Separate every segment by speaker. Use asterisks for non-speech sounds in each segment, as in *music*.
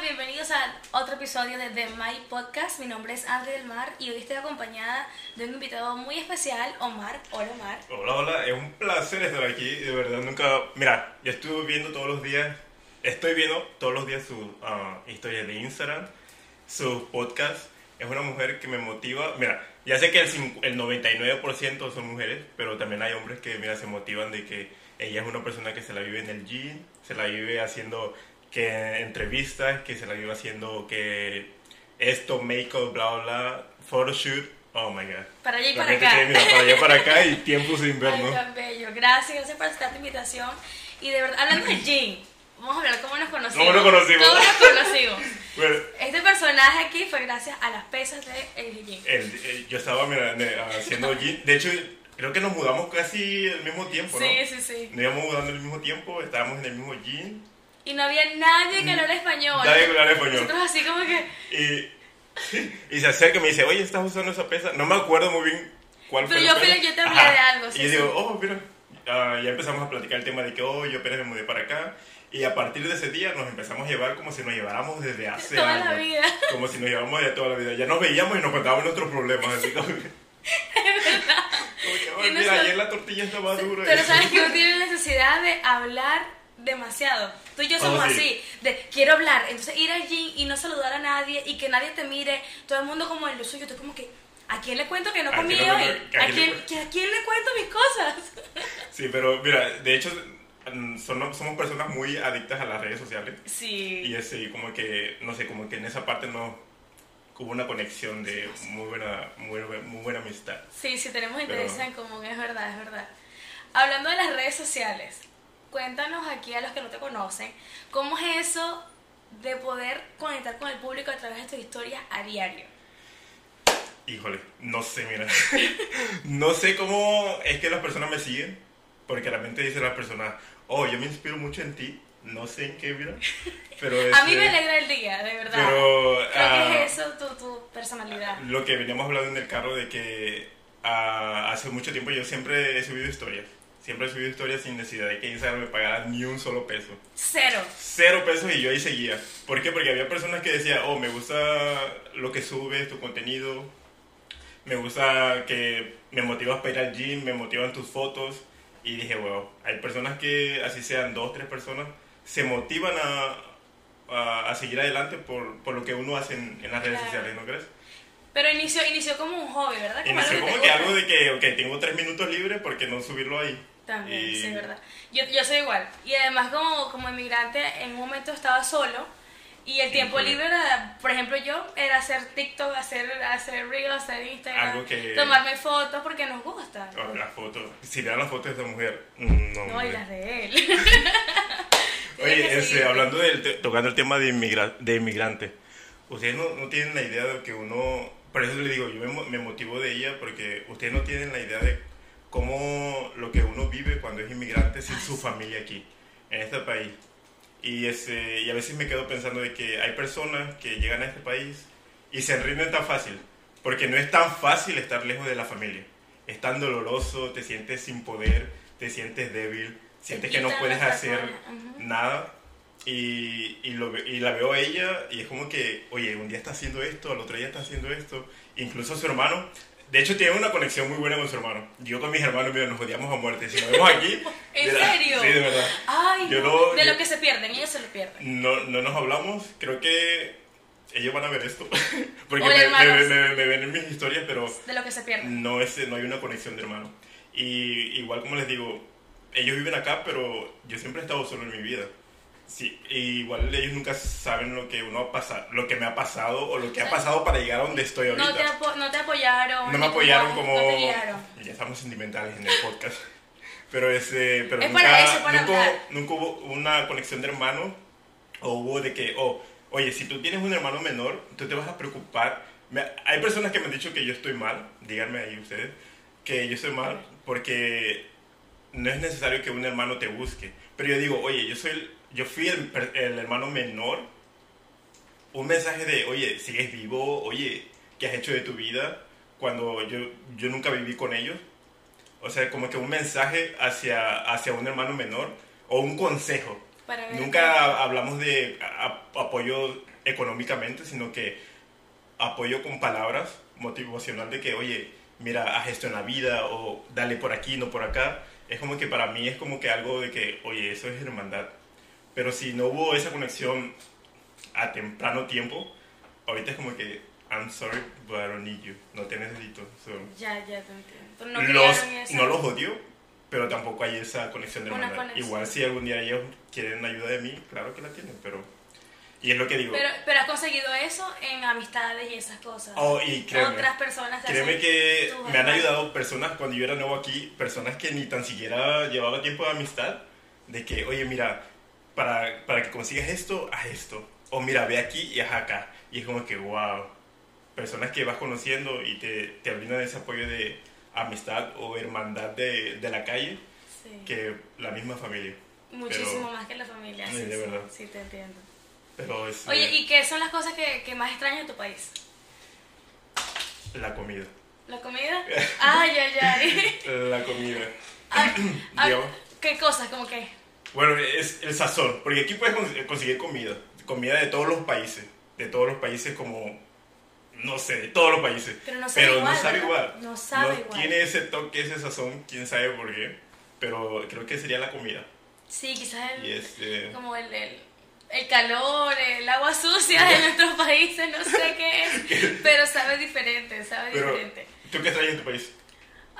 Speaker 1: bienvenidos a otro episodio de The My Podcast. Mi nombre es Andrea del Mar y hoy estoy acompañada de un invitado muy especial, Omar. Hola, Omar.
Speaker 2: Hola, hola, es un placer estar aquí, de verdad nunca... Mira, yo estuve viendo todos los días, estoy viendo todos los días sus ah, historias de Instagram, sus podcasts, es una mujer que me motiva, mira, ya sé que el, cin- el 99% son mujeres, pero también hay hombres que, mira, se motivan de que ella es una persona que se la vive en el gym, se la vive haciendo que entrevistas, que se la vive haciendo que esto, make-up, bla, bla, bla, photoshoot, oh my god.
Speaker 1: Para allá y para
Speaker 2: Realmente
Speaker 1: acá.
Speaker 2: que, mira, para allá para
Speaker 1: *laughs*
Speaker 2: acá y tiempo
Speaker 1: Ay,
Speaker 2: sin vernos.
Speaker 1: tan bello. Gracias, gracias por aceptar tu invitación. Y de verdad, hablando de Jin, vamos a hablar cómo nos conocimos.
Speaker 2: ¿Cómo nos conocimos?
Speaker 1: ¿Cómo nos conocimos?
Speaker 2: Bueno,
Speaker 1: Este personaje aquí fue gracias a las pesas de El Jin.
Speaker 2: el- el- yo estaba mira, ne- haciendo gym. De hecho, creo que nos mudamos casi al mismo tiempo, ¿no?
Speaker 1: Sí, sí, sí.
Speaker 2: Nos íbamos mudando al mismo tiempo, estábamos en el mismo gym.
Speaker 1: Y no había nadie que hablara español.
Speaker 2: Mm. Nadie que hablara español.
Speaker 1: Nosotros así como que...
Speaker 2: Y, y se acerca y me dice, oye, ¿estás usando esa pesa? No me acuerdo muy bien cuál
Speaker 1: Pero
Speaker 2: fue
Speaker 1: yo
Speaker 2: la
Speaker 1: apenas-
Speaker 2: pesa.
Speaker 1: yo te hablé de algo, sí,
Speaker 2: y yo
Speaker 1: sí.
Speaker 2: digo, oh, mira. Ah, ya empezamos a platicar el tema de que, oh, yo apenas me mudé para acá. Y a partir de ese día nos empezamos a llevar como si nos lleváramos desde hace
Speaker 1: Toda
Speaker 2: años.
Speaker 1: la vida. *laughs*
Speaker 2: Como si nos lleváramos de toda la vida. Ya nos veíamos y nos contábamos nuestros problemas. Así como que- Como que, "Ay,
Speaker 1: Y
Speaker 2: mira,
Speaker 1: nosotros-
Speaker 2: ayer la tortilla estaba dura.
Speaker 1: Pero sabes
Speaker 2: *laughs*
Speaker 1: que uno tiene la necesidad de hablar demasiado. Tú y yo somos
Speaker 2: Oh, sí.
Speaker 1: así, de quiero hablar. Entonces ir al gym y no saludar a nadie y que nadie te mire, todo el mundo como en lo suyo, tú como que, ¿a quién le cuento que no
Speaker 2: ¿A
Speaker 1: comí
Speaker 2: quién no
Speaker 1: hoy?
Speaker 2: me-
Speaker 1: ¿A, quién, que ¿A quién le cuento mis cosas? *laughs*
Speaker 2: Sí, pero mira, de hecho, mm, son- somos personas muy adictas a las redes sociales. Y
Speaker 1: Sí.
Speaker 2: así, como que, no sé, como que en esa parte no hubo una conexión de muy buena, muy, bu- muy buena amistad.
Speaker 1: Sí, sí, tenemos
Speaker 2: Pero-
Speaker 1: intereses en común, es verdad, es verdad. Hablando de las redes sociales, cuéntanos aquí a los que no te conocen, ¿cómo es eso de poder conectar con el público a través de tus historias a diario?
Speaker 2: Híjole, no sé, mira. *laughs* no sé cómo es que las personas me siguen, porque realmente dicen las personas, oh, yo me inspiro mucho en ti, no sé en qué, mira. Pero
Speaker 1: *laughs* A mí
Speaker 2: este,
Speaker 1: me alegra el día, de verdad.
Speaker 2: Pero,
Speaker 1: Creo que
Speaker 2: ah,
Speaker 1: es eso tu, tu personalidad.
Speaker 2: Lo que veníamos hablando en el carro de que ah, hace mucho tiempo yo siempre he subido historias. Siempre he subido historias sin necesidad de que Instagram me pagara ni un solo peso.
Speaker 1: Cero.
Speaker 2: Cero pesos y yo ahí seguía. ¿Por qué? Porque había personas que decían, oh, me gusta lo que subes, tu contenido, me gusta que me motivas para ir al gym, me motivan tus fotos. Y dije, wow, hay personas que, así sean dos, tres personas, se motivan a, a, a seguir adelante por, por lo que uno hace en, en las redes
Speaker 1: Claro.
Speaker 2: sociales, ¿no crees?
Speaker 1: Pero inició, inició como un hobby, ¿verdad?
Speaker 2: Y me
Speaker 1: algo
Speaker 2: hizo como
Speaker 1: te
Speaker 2: que
Speaker 1: gusta.
Speaker 2: algo de que, ok, tengo tres minutos libres, porque no subirlo ahí?
Speaker 1: También,
Speaker 2: Y-
Speaker 1: sí, es verdad. Yo, yo soy igual. Y además como, como inmigrante, en un momento estaba solo. Y el tiempo
Speaker 2: Híjole.
Speaker 1: libre era, por ejemplo, yo, era hacer TikTok, hacer, hacer Reels, hacer Instagram,
Speaker 2: Algo que-
Speaker 1: tomarme fotos porque nos gusta.
Speaker 2: Ahora, Oh, las fotos. Si le dan las fotos de esa mujer, mm, no.
Speaker 1: No, y
Speaker 2: hombre.
Speaker 1: las de
Speaker 2: *laughs*
Speaker 1: él. Tienes que
Speaker 2: Oye, este,
Speaker 1: seguirme.
Speaker 2: hablando del, te- tocando el tema de, inmigra- de inmigrante, ustedes no, no tienen la idea de que uno, por eso le digo, yo me, mo- me motivo de ella porque ustedes no tienen la idea de cómo lo que uno vive cuando es inmigrante sin su familia aquí, en este país. Y, este, y a veces me quedo pensando de que hay personas que llegan a este país y se rinden tan fácil, porque no es tan fácil estar lejos de la familia. Es tan doloroso, te sientes sin poder, te sientes débil, sientes que no
Speaker 1: quitan
Speaker 2: puedes
Speaker 1: la
Speaker 2: hacer
Speaker 1: razón, ujú.
Speaker 2: nada. Y, y, lo ve- y la veo a ella y es como que, oye, un día está haciendo esto, al otro día está haciendo esto. Incluso su hermano, de hecho tiene una conexión muy buena con su hermano. Yo con mis hermanos, mira, nos odiamos a muerte. Si nos vemos aquí...
Speaker 1: *laughs* ¿En
Speaker 2: de la-
Speaker 1: serio?
Speaker 2: Sí, de verdad.
Speaker 1: Ay,
Speaker 2: Yo
Speaker 1: no,
Speaker 2: no-
Speaker 1: de
Speaker 2: yo-
Speaker 1: lo que se pierden, ellos se lo pierden.
Speaker 2: No, no nos hablamos, creo que ellos van a ver esto. *laughs* Porque
Speaker 1: Hola,
Speaker 2: me,
Speaker 1: hermanos.
Speaker 2: me- me- me ven en mis historias, pero
Speaker 1: De lo que se pierden.
Speaker 2: no, es, no hay una conexión de hermano. Y igual como les digo, ellos viven acá, pero yo siempre he estado solo en mi vida. Sí, y igual ellos nunca saben lo que uno ha pasado, lo que me ha pasado o lo que ha pasado para llegar a donde estoy
Speaker 1: No te,
Speaker 2: ahorita.
Speaker 1: apo- no te apoyaron.
Speaker 2: No
Speaker 1: ni
Speaker 2: me apoyaron como...
Speaker 1: No te guiaron.
Speaker 2: Ya estamos sentimentales en el podcast. Pero, ese, pero
Speaker 1: Es
Speaker 2: nunca,
Speaker 1: para eso, para
Speaker 2: nunca,
Speaker 1: hablar.
Speaker 2: nunca hubo una conexión de hermano o hubo de que, oh, oye, si tú tienes un hermano menor, tú te vas a preocupar. Me- hay personas que me han dicho que yo estoy mal, díganme ahí ustedes, que yo estoy mal porque no es necesario que un hermano te busque. Pero yo digo, oye, yo, soy el- yo fui el, per- el hermano menor. Un mensaje de, oye, sigues vivo, oye, ¿qué has hecho de tu vida? Cuando yo, yo nunca viví con ellos. O sea, como que un mensaje hacia, hacia un hermano menor o un consejo.
Speaker 1: Para ver-
Speaker 2: Nunca hablamos de a- a- apoyo económicamente, sino que apoyo con palabras motivacional de que, oye, mira, haz esto en la vida o dale por aquí, no por acá. Es como que para mí es como que algo de que, oye, eso es hermandad. Pero si no hubo esa conexión a temprano tiempo, ahorita es como que, I'm sorry, but I don't need you. No te necesito. So,
Speaker 1: Ya, ya te entiendo. Pero no
Speaker 2: los,
Speaker 1: crearon esa-
Speaker 2: no los odio, pero tampoco hay esa conexión de
Speaker 1: Una
Speaker 2: hermandad.
Speaker 1: conexión.
Speaker 2: Igual si algún día ellos quieren ayuda de mí, claro que la tienen, pero... Y es lo que digo.
Speaker 1: Pero, pero has conseguido eso en amistades y esas cosas.
Speaker 2: oh, y créeme,
Speaker 1: Otras personas te
Speaker 2: créeme
Speaker 1: hacen
Speaker 2: que
Speaker 1: tus
Speaker 2: me han
Speaker 1: hermanos.
Speaker 2: ayudado personas cuando yo era nuevo aquí, personas que ni tan siquiera llevaba tiempo de amistad, de que, oye, mira, para, para que consigas esto, haz esto. O mira, ve aquí y haz acá. Y es como que, wow. Personas que vas conociendo y te, te brindan ese apoyo de amistad o hermandad de, de la calle.
Speaker 1: Sí.
Speaker 2: que la misma familia.
Speaker 1: Muchísimo
Speaker 2: pero-
Speaker 1: más que la familia.
Speaker 2: Sí,
Speaker 1: Sí,
Speaker 2: de
Speaker 1: sí,
Speaker 2: verdad.
Speaker 1: sí, te entiendo.
Speaker 2: Pero es eh,
Speaker 1: Oye, ¿y qué son las cosas que, que más extrañas de tu país?
Speaker 2: la comida.
Speaker 1: ¿La
Speaker 2: *laughs*
Speaker 1: comida? Ay, ay, ay.
Speaker 2: *coughs* La comida.
Speaker 1: Ay, ay,
Speaker 2: Digamos.
Speaker 1: ¿Qué cosas? ¿Cómo qué?
Speaker 2: Bueno, es el sazón, porque aquí puedes cons- conseguir comida, comida de todos los países, de todos los países como, no sé, de todos los países.
Speaker 1: Pero no sabe igual,
Speaker 2: no sabe
Speaker 1: ¿verdad?
Speaker 2: igual.
Speaker 1: No sabe igual.
Speaker 2: Tiene ese toque, ese sazón, quién sabe por qué, pero creo que sería la comida.
Speaker 1: Sí, quizás el,
Speaker 2: Y este...
Speaker 1: como el, el, el calor, el agua sucia de nuestros países, no sé qué
Speaker 2: *laughs*
Speaker 1: es, pero sabe diferente, sabe
Speaker 2: Pero,
Speaker 1: diferente.
Speaker 2: ¿tú qué extrañas en tu país?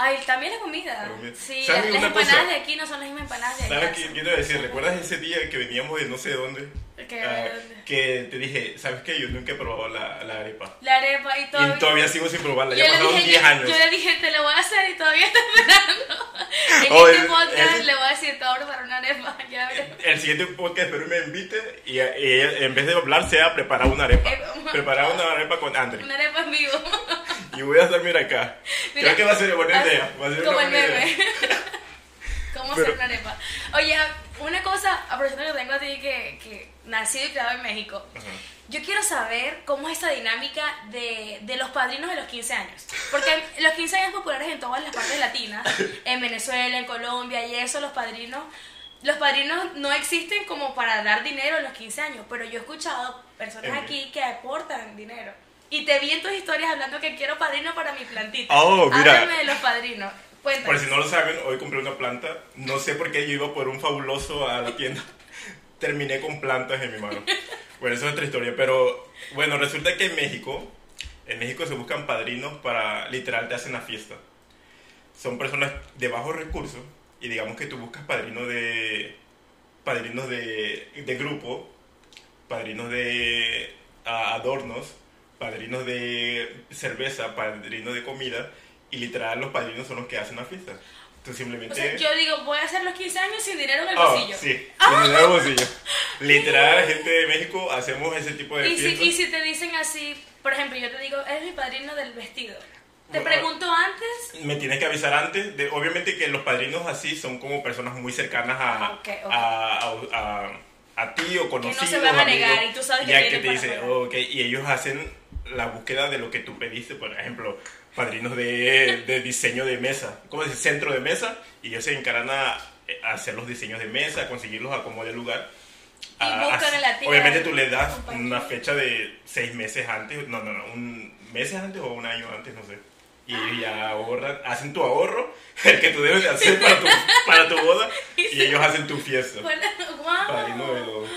Speaker 1: Ay, también la comida.
Speaker 2: La comida.
Speaker 1: Sí,
Speaker 2: ¿Sabes
Speaker 1: las
Speaker 2: una
Speaker 1: empanadas
Speaker 2: cosa?
Speaker 1: de aquí no son las mismas empanadas de allá.
Speaker 2: ¿Sabes qué, qué te voy a decir? ¿Recuerdas ese día que veníamos de no sé dónde?
Speaker 1: Que-
Speaker 2: Ah, que te dije, ¿sabes qué? Yo nunca he probado la, la arepa.
Speaker 1: La arepa y todo.
Speaker 2: Y todavía sigo sin probarla, ya
Speaker 1: yo, le
Speaker 2: pasaron
Speaker 1: dije,
Speaker 2: 10 años.
Speaker 1: yo le dije, te la voy a hacer y todavía
Speaker 2: *laughs*
Speaker 1: está esperando. En
Speaker 2: Oh,
Speaker 1: este
Speaker 2: es- Eh,
Speaker 1: podcast
Speaker 2: es-
Speaker 1: le voy a decir, te abro para una arepa. Ya veremos.
Speaker 2: El siguiente podcast espero me invite y, y en vez de hablar sea preparar una arepa.
Speaker 1: Eh,
Speaker 2: Preparar una arepa con Andre.
Speaker 1: Una arepa en vivo.
Speaker 2: Y voy a estar, mira acá.
Speaker 1: Mira,
Speaker 2: Creo que va a ser buena
Speaker 1: va a ser
Speaker 2: idea. Va E a ser
Speaker 1: como
Speaker 2: una
Speaker 1: el
Speaker 2: buena
Speaker 1: meme.
Speaker 2: idea.
Speaker 1: *laughs* ¿Cómo
Speaker 2: Pero-
Speaker 1: hacer una arepa? Oye, una cosa, aprovechando que tengo a ti que, que nacido y criado en México,
Speaker 2: Ajá.
Speaker 1: yo quiero saber cómo es esta dinámica de, de los padrinos de los 15 años. Porque *laughs* los 15 años populares en todas las partes latinas, en Venezuela, en Colombia y eso, los padrinos, los padrinos no existen como para dar dinero en los 15 años, pero yo he escuchado personas
Speaker 2: Ok.
Speaker 1: aquí que aportan dinero. Y te vi en tus historias hablando que quiero padrino para mi plantita.
Speaker 2: Oh, mira.
Speaker 1: Háblame de los padrinos. Cuéntame.
Speaker 2: Por si no lo saben, hoy compré una planta. No sé por qué yo iba por un fabuloso a la tienda. *laughs* Terminé con plantas en mi mano. Bueno, eso es otra historia. Pero bueno, resulta que en México, en México se buscan padrinos para literal te hacen la fiesta. Son personas de bajos recursos y digamos que tú buscas padrinos de padrinos de, de grupo, padrinos de ah, adornos, padrinos de cerveza, padrinos de comida, y literal los padrinos son los que hacen la fiesta. Tú
Speaker 1: O
Speaker 2: simplemente...
Speaker 1: sea, yo digo, voy a hacer los 15 años sin dinero en el
Speaker 2: Oh,
Speaker 1: bolsillo. Ah.
Speaker 2: sí, sin dinero en el bolsillo. Literal, gente de México, hacemos ese tipo de
Speaker 1: Y si,
Speaker 2: fiestas.
Speaker 1: y si te dicen así, por ejemplo, yo te digo, eres mi padrino del vestido. Te
Speaker 2: Bueno,
Speaker 1: pregunto
Speaker 2: ah.
Speaker 1: antes.
Speaker 2: Me tienes que avisar antes. De, obviamente que los padrinos así son como personas muy cercanas a,
Speaker 1: Ah, ok, ok.
Speaker 2: A, a- a- a ti o conocidos.
Speaker 1: van a
Speaker 2: amigos,
Speaker 1: negar y tú sabes que
Speaker 2: ya que
Speaker 1: vienen
Speaker 2: te
Speaker 1: para
Speaker 2: dicen,
Speaker 1: pagar.
Speaker 2: ok, y ellos hacen la búsqueda de lo que tú pediste, por ejemplo, padrinos de, de diseño de mesa, como dice, centro de mesa, y ellos se encargan a, a hacer los diseños de mesa, a conseguirlos a como de lugar. Ah,
Speaker 1: Y buscan en la tienda.
Speaker 2: Obviamente tú le das
Speaker 1: Un paquete.
Speaker 2: una fecha de seis meses antes, no, no, no, un meses antes o un año antes, no sé. Y ellos ya ahorran, hacen tu ahorro, *laughs* el que tú debes de hacer para tu, para tu boda, y ellos hacen tu fiesta.
Speaker 1: Bueno, *laughs* guau.
Speaker 2: Padrino de los-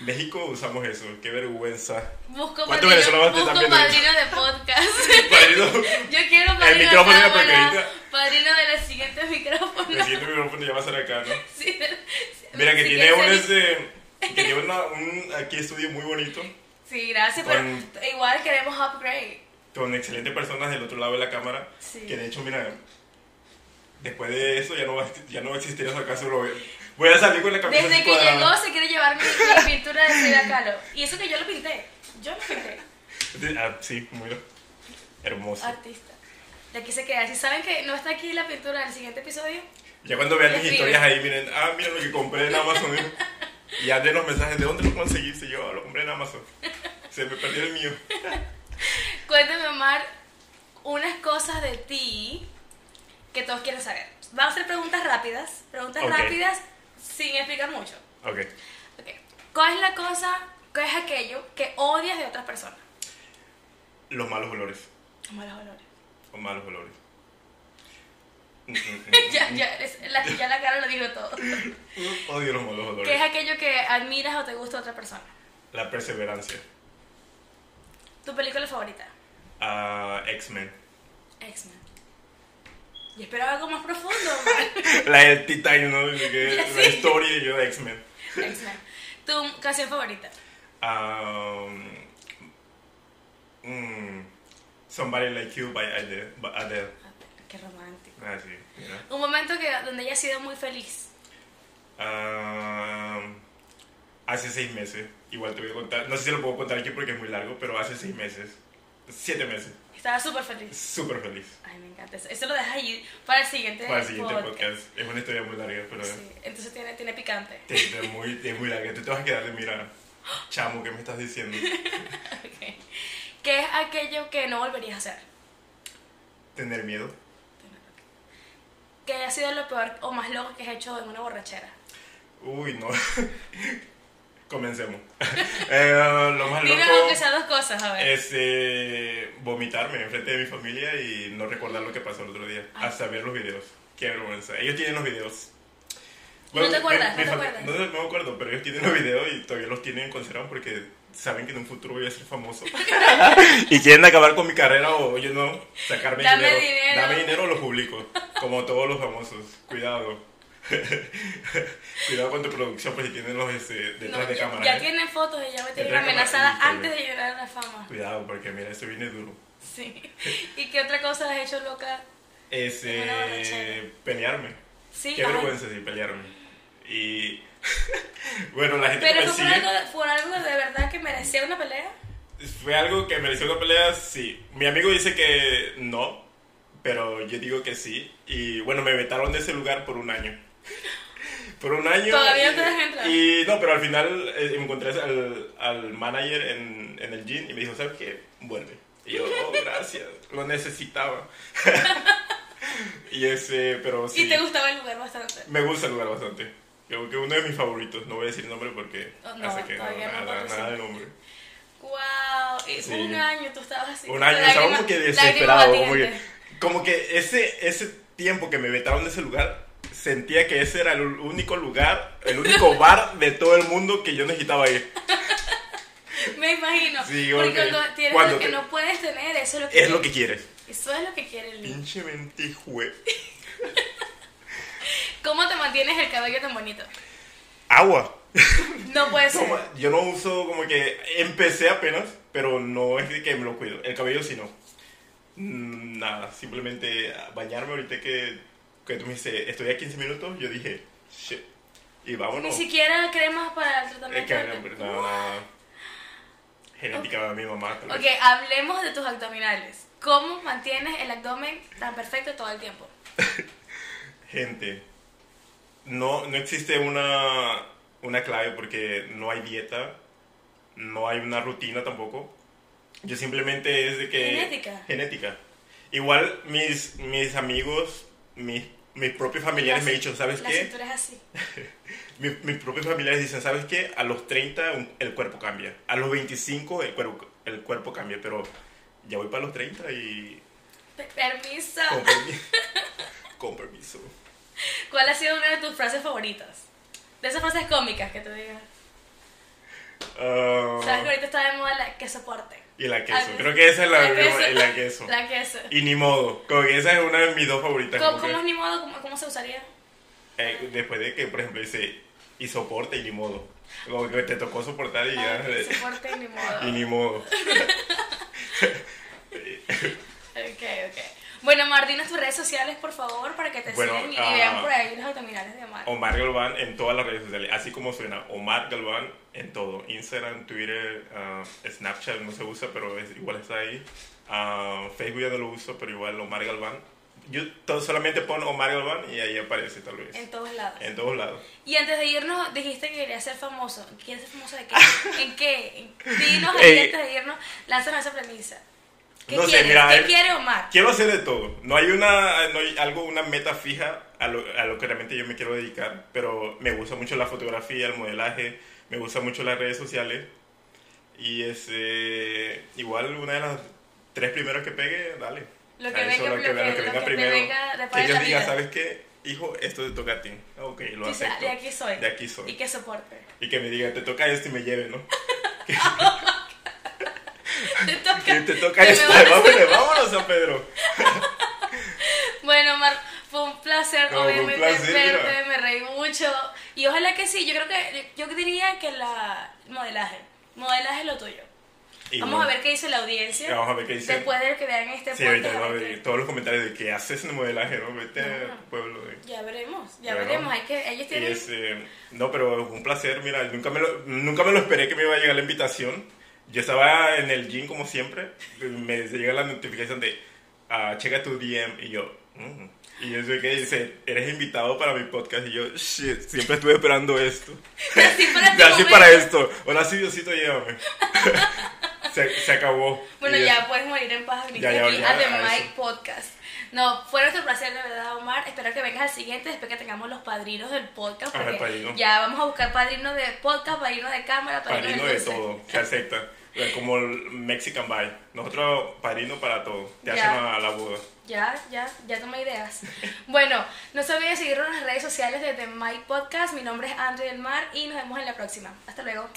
Speaker 2: México usamos eso, qué vergüenza.
Speaker 1: Busco
Speaker 2: ¿Cuántos
Speaker 1: padrino,
Speaker 2: venezolanos te
Speaker 1: busco
Speaker 2: están viendo?
Speaker 1: padrino de podcast. *laughs*
Speaker 2: Padrino,
Speaker 1: Yo quiero padrino
Speaker 2: micrófono
Speaker 1: de
Speaker 2: era
Speaker 1: cámara,
Speaker 2: pequeñito.
Speaker 1: padrino de los siguientes micrófonos.
Speaker 2: el siguiente micrófono ya va a ser acá, ¿no?
Speaker 1: *laughs* Sí, de-
Speaker 2: Mira que
Speaker 1: si
Speaker 2: tiene un,
Speaker 1: quieres ser-
Speaker 2: este, que tiene una- un aquí estudio muy bonito,
Speaker 1: Sí, gracias,
Speaker 2: con-
Speaker 1: pero igual queremos upgrade.
Speaker 2: con excelentes personas del otro lado de la cámara,
Speaker 1: Sí.
Speaker 2: que de hecho, mira, después de eso ya no va, a- ya no va a existir eso acá, solo voy- voy a salir con la camisa
Speaker 1: Desde
Speaker 2: así
Speaker 1: que
Speaker 2: cuadrada.
Speaker 1: llegó se quiere llevar mi, mi pintura de Frida Kahlo. Y eso que yo lo pinté. Yo lo pinté.
Speaker 2: De- ah, sí, muy hermoso.
Speaker 1: Artista. De aquí se queda. Si saben que no está aquí la pintura del siguiente episodio,
Speaker 2: Ya cuando vean mis
Speaker 1: Escribe.
Speaker 2: historias ahí, miren, ah, miren lo que compré en Amazon. y anden los mensajes, ¿de dónde lo conseguiste? Yo "Ah, lo compré en Amazon. Se me perdió el mío.
Speaker 1: cuéntame, Omar, unas cosas de ti que todos quieren saber. Vamos a hacer preguntas rápidas. Preguntas
Speaker 2: Ok.
Speaker 1: rápidas sin explicar mucho.
Speaker 2: Ok.
Speaker 1: Ok. ¿Cuál es la cosa ¿Qué es aquello que odias de otras personas?
Speaker 2: Los malos olores.
Speaker 1: Los malos olores. *laughs*
Speaker 2: Los malos olores. Mm,
Speaker 1: *laughs* ya, ya, es- la, ya la cara lo digo todo.
Speaker 2: mm. Odio los malos
Speaker 1: ¿Qué es
Speaker 2: olores.
Speaker 1: aquello que admiras o te gusta de otra persona?
Speaker 2: La perseverancia.
Speaker 1: ¿Tu película favorita?
Speaker 2: Ah, X-Men.
Speaker 1: X-Men. Y esperaba algo más *laughs* profundo. man.
Speaker 2: La del Titan, ¿no? De que-
Speaker 1: Ya
Speaker 2: La
Speaker 1: sé.
Speaker 2: historia y yo de X-Men.
Speaker 1: X-Men. ¿Tu canción favorita?
Speaker 2: Ah, mm, Somebody Like You by Adele. by Adele.
Speaker 1: Ah, Qué romántico.
Speaker 2: Ah, sí, mira.
Speaker 1: Un momento que, donde ella ha sido muy feliz.
Speaker 2: Ah, hace seis meses. Igual te voy a contar. No sé si lo puedo contar aquí porque es muy largo, pero hace seis meses. Siete meses.
Speaker 1: Estaba súper feliz.
Speaker 2: Súper feliz.
Speaker 1: Ay, me encanta eso. Eso lo dejas ahí para el siguiente,
Speaker 2: Para el siguiente podcast. Es una historia muy larga, pero
Speaker 1: Sí, entonces tiene, tiene picante.
Speaker 2: te- te- es muy, es muy larga. Tú te vas a quedar de mirar. Chamo, ¿qué me
Speaker 1: *laughs*
Speaker 2: estás diciendo?
Speaker 1: Ok. ¿Qué es aquello que no volverías a hacer?
Speaker 2: Tener miedo.
Speaker 1: ¿Qué ha sido lo peor o más loco que has hecho en una borrachera?
Speaker 2: Uy, no. *laughs* Comencemos. *laughs* Eh, lo más
Speaker 1: Dinos
Speaker 2: loco
Speaker 1: aunque sea dos cosas, a ver.
Speaker 2: es eh, vomitarme enfrente de mi familia y no recordar lo que pasó el otro día.
Speaker 1: Ay.
Speaker 2: Hasta ver los videos. Qué vergüenza. Ellos tienen los videos.
Speaker 1: ¿No te acuerdas?
Speaker 2: mi
Speaker 1: ¿No te
Speaker 2: fami-
Speaker 1: acuerdas?
Speaker 2: No, no me acuerdo, pero ellos tienen los videos y todavía los tienen conservados porque saben que en un futuro voy a
Speaker 1: *laughs*
Speaker 2: ser famoso. y quieren acabar con mi carrera o yo no, sacarme
Speaker 1: Dame
Speaker 2: dinero.
Speaker 1: dinero.
Speaker 2: Dame dinero o lo publico. Como todos los famosos. Cuidado. *laughs* Cuidado con tu producción, pues si tienen los este, detrás
Speaker 1: No,
Speaker 2: de
Speaker 1: ya,
Speaker 2: cámara.
Speaker 1: ya
Speaker 2: ¿eh?
Speaker 1: tienen fotos, ella me tiene
Speaker 2: Detrás de cámara,
Speaker 1: amenazada
Speaker 2: sí, está
Speaker 1: antes de
Speaker 2: bien.
Speaker 1: llegar a la
Speaker 2: *laughs*
Speaker 1: fama.
Speaker 2: Cuidado, porque mira, esto viene duro.
Speaker 1: Sí. ¿Y qué otra cosa has hecho loca?
Speaker 2: Es
Speaker 1: Una
Speaker 2: eh,
Speaker 1: borrachera.
Speaker 2: pelearme.
Speaker 1: Sí,
Speaker 2: Qué
Speaker 1: ay,
Speaker 2: vergüenza, sí, pelearme. Y. *laughs* bueno, la gente que
Speaker 1: Pero
Speaker 2: me
Speaker 1: fue
Speaker 2: Pues sigue.
Speaker 1: algo, fue algo de verdad que merecía una pelea.
Speaker 2: Fue algo que mereció una pelea, sí. Mi amigo dice que no, pero yo digo que sí. Y bueno, me vetaron de ese lugar por un año. *laughs* Por un año.
Speaker 1: Todavía
Speaker 2: y-
Speaker 1: no te dejan entrar.
Speaker 2: Y no, pero al final eh, encontré al, al manager en, en el gym y me dijo, ¿sabes qué? Vuelve. Y yo,
Speaker 1: *laughs*
Speaker 2: "Oh, gracias, lo necesitaba. *laughs* y ese, pero sí.
Speaker 1: Y te gustaba el lugar bastante.
Speaker 2: Me gusta el lugar bastante. Creo que uno de mis favoritos, no voy a decir nombre porque
Speaker 1: Oh, no,
Speaker 2: hace que no,
Speaker 1: todavía no
Speaker 2: nada,
Speaker 1: puedo decir.
Speaker 2: nada de nombre.
Speaker 1: Wow, y
Speaker 2: Sí.
Speaker 1: un año tú estabas así.
Speaker 2: un año, estaba
Speaker 1: lágrima-
Speaker 2: como que
Speaker 1: lágrima
Speaker 2: desesperado, como que,
Speaker 1: batiente.
Speaker 2: como que ese, ese tiempo que me vetaron de ese lugar, sentía que ese era el único lugar,
Speaker 1: *laughs*
Speaker 2: el único bar de todo el mundo que yo necesitaba ir.
Speaker 1: Me imagino.
Speaker 2: Sí,
Speaker 1: porque
Speaker 2: ok.
Speaker 1: cuando tienes
Speaker 2: Cuando
Speaker 1: lo que
Speaker 2: te-
Speaker 1: no puedes tener, eso es lo que,
Speaker 2: Es lo que quieres.
Speaker 1: eso es lo que quiere el niño.
Speaker 2: Pinche mentijue.
Speaker 1: ¿Cómo te mantienes el cabello tan bonito?
Speaker 2: Agua.
Speaker 1: No
Speaker 2: *laughs*
Speaker 1: puede ser.
Speaker 2: Toma, yo no uso como que empecé apenas, pero no es de que me lo cuido. El cabello sí no. Mm, Nada, simplemente bañarme ahorita que, que tú me dices, estoy a 15 minutos, yo dije, shit. Y
Speaker 1: Ni
Speaker 2: vámonos.
Speaker 1: siquiera cremas para el
Speaker 2: Es
Speaker 1: tratamiento.
Speaker 2: que no, no, no. Genética de mi mamá. tal vez.
Speaker 1: Ok, hablemos de tus abdominales. ¿Cómo mantienes el abdomen tan perfecto todo el tiempo?
Speaker 2: Gente, no, no existe una, una clave porque no hay dieta, no hay una rutina tampoco. Yo simplemente es de que...
Speaker 1: Genética.
Speaker 2: Genética. Igual mis, mis amigos, mis, mis propios familiares me han dicho, ¿sabes
Speaker 1: La
Speaker 2: qué?
Speaker 1: cintura es así.
Speaker 2: Mis, mis propios familiares dicen, ¿sabes qué? A los 30 un- el cuerpo cambia, a los 25 el cuerpo, el cuerpo cambia, pero ya voy para los 30 y...
Speaker 1: Pe- Permiso.
Speaker 2: Con permiso. *laughs*
Speaker 1: *laughs*
Speaker 2: Con permiso.
Speaker 1: ¿Cuál ha sido una de tus frases favoritas? De esas frases cómicas que te digas.
Speaker 2: Ah,
Speaker 1: Sabes que ahorita está de moda la que soporte.
Speaker 2: Y la queso.
Speaker 1: Ah,
Speaker 2: Creo que esa es la,
Speaker 1: la queso.
Speaker 2: y la queso.
Speaker 1: La queso.
Speaker 2: Y ni modo. Como que esa es una de mis dos favoritas.
Speaker 1: ¿Cómo,
Speaker 2: como que,
Speaker 1: cómo es ni modo? ¿Cómo, cómo se usaría?
Speaker 2: eh, después de que, por ejemplo, dice y soporte y ni modo. Como que te tocó soportar y ya.
Speaker 1: Ay, Ah, soporte ni modo.
Speaker 2: y ni modo.
Speaker 1: Ok, ok. Bueno, Mar, dinos tus redes sociales, por favor, para que te
Speaker 2: Bueno,
Speaker 1: sigan y, y
Speaker 2: ah, Oh,
Speaker 1: vean por ahí los abdominales de Mar.
Speaker 2: Omar Galván en todas las redes sociales. Así como suena. Omar Galván en todo. Instagram, Twitter, ah, Snapchat no se usa, pero es, igual está ahí. Ah, Facebook ya no lo uso, pero igual Omar Galván. Yo to- solamente pon Omar Galván y ahí aparece tal vez.
Speaker 1: En todos lados.
Speaker 2: en todos lados.
Speaker 1: Y antes de irnos, dijiste que querías ser famoso. ¿Quieres ser famoso de qué?
Speaker 2: *laughs*
Speaker 1: ¿En qué? En- Dinos ahí
Speaker 2: Ey.
Speaker 1: antes de irnos, lánzanos esa premisa. ¿Qué
Speaker 2: Eh, No sé,
Speaker 1: quieres?
Speaker 2: mira,
Speaker 1: ¿Qué
Speaker 2: el-
Speaker 1: quiere Omar?
Speaker 2: Quiero hacer de todo. No hay una no hay algo una meta fija a lo, a lo que realmente yo me quiero dedicar, pero me gusta mucho la fotografía, el modelaje, me gusta mucho las redes sociales Y ese, igual una de las tres primeras que pegue, dale.
Speaker 1: Lo
Speaker 2: A
Speaker 1: que
Speaker 2: eso,
Speaker 1: venga,
Speaker 2: lo que,
Speaker 1: lo que-
Speaker 2: lo que
Speaker 1: lo
Speaker 2: venga
Speaker 1: que
Speaker 2: primero.
Speaker 1: venga de
Speaker 2: que
Speaker 1: parte de
Speaker 2: ellos
Speaker 1: la
Speaker 2: digan,
Speaker 1: vida.
Speaker 2: ¿sabes qué? Hijo, esto te toca a ti. Ah, Ok, lo
Speaker 1: Dice,
Speaker 2: acepto.
Speaker 1: de aquí soy.
Speaker 2: De aquí soy.
Speaker 1: Y que
Speaker 2: *laughs*
Speaker 1: soporte.
Speaker 2: Y que me digan, te toca esto y me
Speaker 1: *laughs*
Speaker 2: lleve, ¿no?
Speaker 1: Te toca.
Speaker 2: Que te toca
Speaker 1: te me
Speaker 2: esto,
Speaker 1: vas a-
Speaker 2: vámonos, vámonos San Pedro.
Speaker 1: Bueno, Mar, fue un placer,
Speaker 2: No, fue un
Speaker 1: obviamente,
Speaker 2: placer,
Speaker 1: verte,
Speaker 2: mira.
Speaker 1: me reí mucho. Y ojalá que sí, yo creo que, yo diría que la modelaje, modelaje es lo tuyo.
Speaker 2: Y
Speaker 1: Vamos
Speaker 2: bueno,
Speaker 1: a ver qué dice la audiencia.
Speaker 2: Vamos a ver qué dice.
Speaker 1: Después de que vean este
Speaker 2: Sí,
Speaker 1: podcast.
Speaker 2: ahorita va a
Speaker 1: a ver
Speaker 2: venir todos los comentarios de que haces en el modelaje, ¿no? Vete
Speaker 1: No.
Speaker 2: al pueblo. de-
Speaker 1: qué- Ya veremos, ya
Speaker 2: Bueno.
Speaker 1: veremos. Hay que, ellos
Speaker 2: Y
Speaker 1: tienen...
Speaker 2: este, no, pero fue un placer, mira, nunca me, lo, nunca me lo esperé que me iba a llegar la invitación. Yo estaba en el gym como siempre, me llega la notificación de, ah, checa tu DM, y yo, mm. y yo sé que dice, eres invitado para mi podcast, y yo, shit, siempre estuve esperando esto, *laughs*
Speaker 1: Así para este
Speaker 2: así
Speaker 1: momento.
Speaker 2: para esto, ahora sí, Diosito, llévame. *laughs* se, se acabó.
Speaker 1: Bueno,
Speaker 2: Y
Speaker 1: ya puedes morir en paz, viniste
Speaker 2: Ya, ya,
Speaker 1: aquí
Speaker 2: ya,
Speaker 1: a The
Speaker 2: a
Speaker 1: Mic
Speaker 2: eso.
Speaker 1: Podcast. No, fue nuestro placer de verdad, Omar. Espero que vengas al siguiente después que tengamos los padrinos del podcast.
Speaker 2: Ajá, el
Speaker 1: porque
Speaker 2: padrino.
Speaker 1: Ya vamos a buscar padrino de podcast, padrino de cámara, padrino,
Speaker 2: Padrino
Speaker 1: del
Speaker 2: de
Speaker 1: concepto.
Speaker 2: todo, se acepta. Como el Mexican Buy. Nosotros, padrino para todo. Te
Speaker 1: Ya.
Speaker 2: hacen a la boda.
Speaker 1: Ya, ya, ya tomé ideas. *laughs* Bueno, no se olviden de seguirnos en las redes sociales de The Mic Podcast. Mi nombre es Andre del Mar y nos vemos en la próxima. Hasta luego.